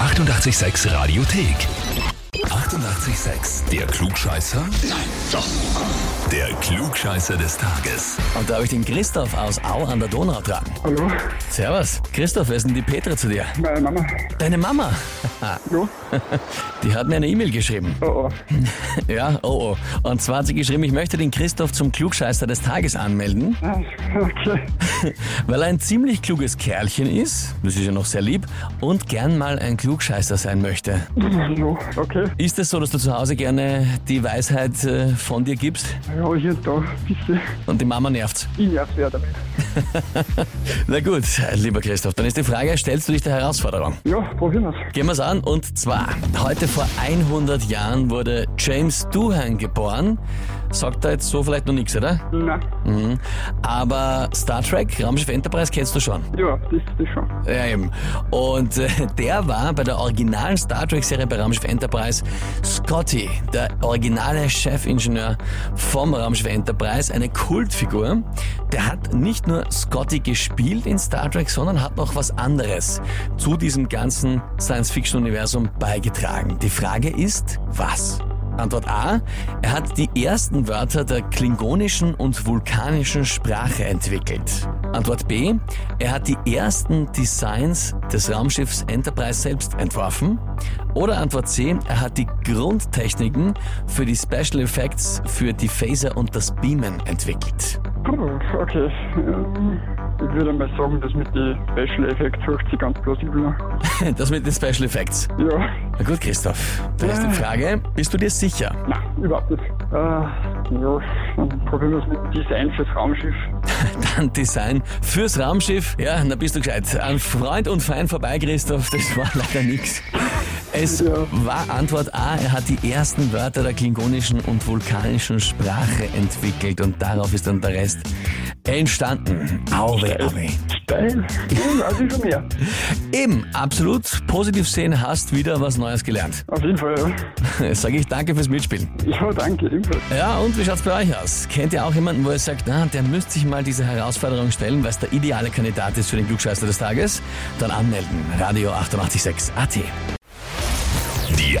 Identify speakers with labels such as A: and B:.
A: 886 Radiothek. 88,6. Der Klugscheißer? Nein, doch. Der Klugscheißer des Tages.
B: Und da habe ich den Christoph aus Au an der Donau dran.
C: Hallo,
B: Servus. Christoph, wer ist denn die Petra zu dir?
C: meine Äh, Mama.
B: Deine Mama.
C: Jo.
B: Die hat mir eine E-Mail geschrieben.
C: Oh, oh.
B: Ja, oh oh. Und zwar hat sie geschrieben, ich möchte den Christoph zum Klugscheißer des Tages anmelden,
C: Ah, Okay.
B: weil er ein ziemlich kluges Kerlchen ist, das ist ja noch sehr lieb, und gern mal ein Klugscheißer sein möchte.
C: Jo, okay.
B: Ist es so, dass du zu Hause gerne die Weisheit äh, von dir gibst
C: Ja, hier und da. ein Bisschen.
B: und die Mama nervt's?
C: Ich nerv sehr damit.
B: Na gut, lieber Christoph, dann ist die Frage, stellst du dich der Herausforderung?
C: Ja, probieren wir's.
B: Gehen wir's an und zwar, heute vor 100 Jahren wurde James Doohan geboren. Sagt da jetzt so vielleicht noch nichts, oder?
C: Na,
B: Mhm. Aber Star Trek, Raumschiff Enterprise kennst du schon.
C: ja, das das schon.
B: Ja, eben. Und äh, der war bei der originalen Star Trek-Serie bei Raumschiff Enterprise Scotty, der originale Chefingenieur vom Raumschiff Enterprise, eine Kultfigur. Der hat nicht nur Scotty gespielt in Star Trek, sondern hat noch was anderes zu diesem ganzen Science-Fiction-Universum beigetragen. Die Frage ist, was? Antwort A. Er hat die ersten Wörter der klingonischen und vulkanischen Sprache entwickelt. Antwort B. Er hat die ersten Designs des Raumschiffs Enterprise selbst entworfen. Oder Antwort C. Er hat die Grundtechniken für die Special Effects für die Phaser und das Beamen entwickelt.
C: Puh, okay. Ähm, Ich würde mal sagen, das mit den Special Effects hört sich ganz plausibel an.
B: Das mit den Special Effects.
C: Ja,
B: Na gut, Christoph. Da ist die Frage, bist du dir sicher?
C: na, überhaupt nicht. Äh, ja, dann probieren wir's mit dem Design fürs Raumschiff.
B: Dann Design fürs Raumschiff. Ja, na bist du gescheit. An Freund und Feind vorbei, Christoph, das war leider nix. Es
C: Ja.
B: war Antwort A, er hat die ersten Wörter der klingonischen und vulkanischen Sprache entwickelt und darauf ist dann der Rest entstanden. Auwe, auwe.
C: Geil. Ja, also schon mehr.
B: Eben, absolut. Positiv sehen, hast wieder was Neues gelernt.
C: Auf jeden Fall, ja.
B: Sage ich danke fürs Mitspielen.
C: Ja, danke, ebenfalls.
B: Ja, und wie schaut's bei euch aus? Kennt ihr auch jemanden, wo ihr sagt, na, der müsste sich mal diese Herausforderung stellen, weil es der ideale Kandidat ist für den Glückscheißer des Tages? Dann anmelden. Radio 886 AT.
A: Die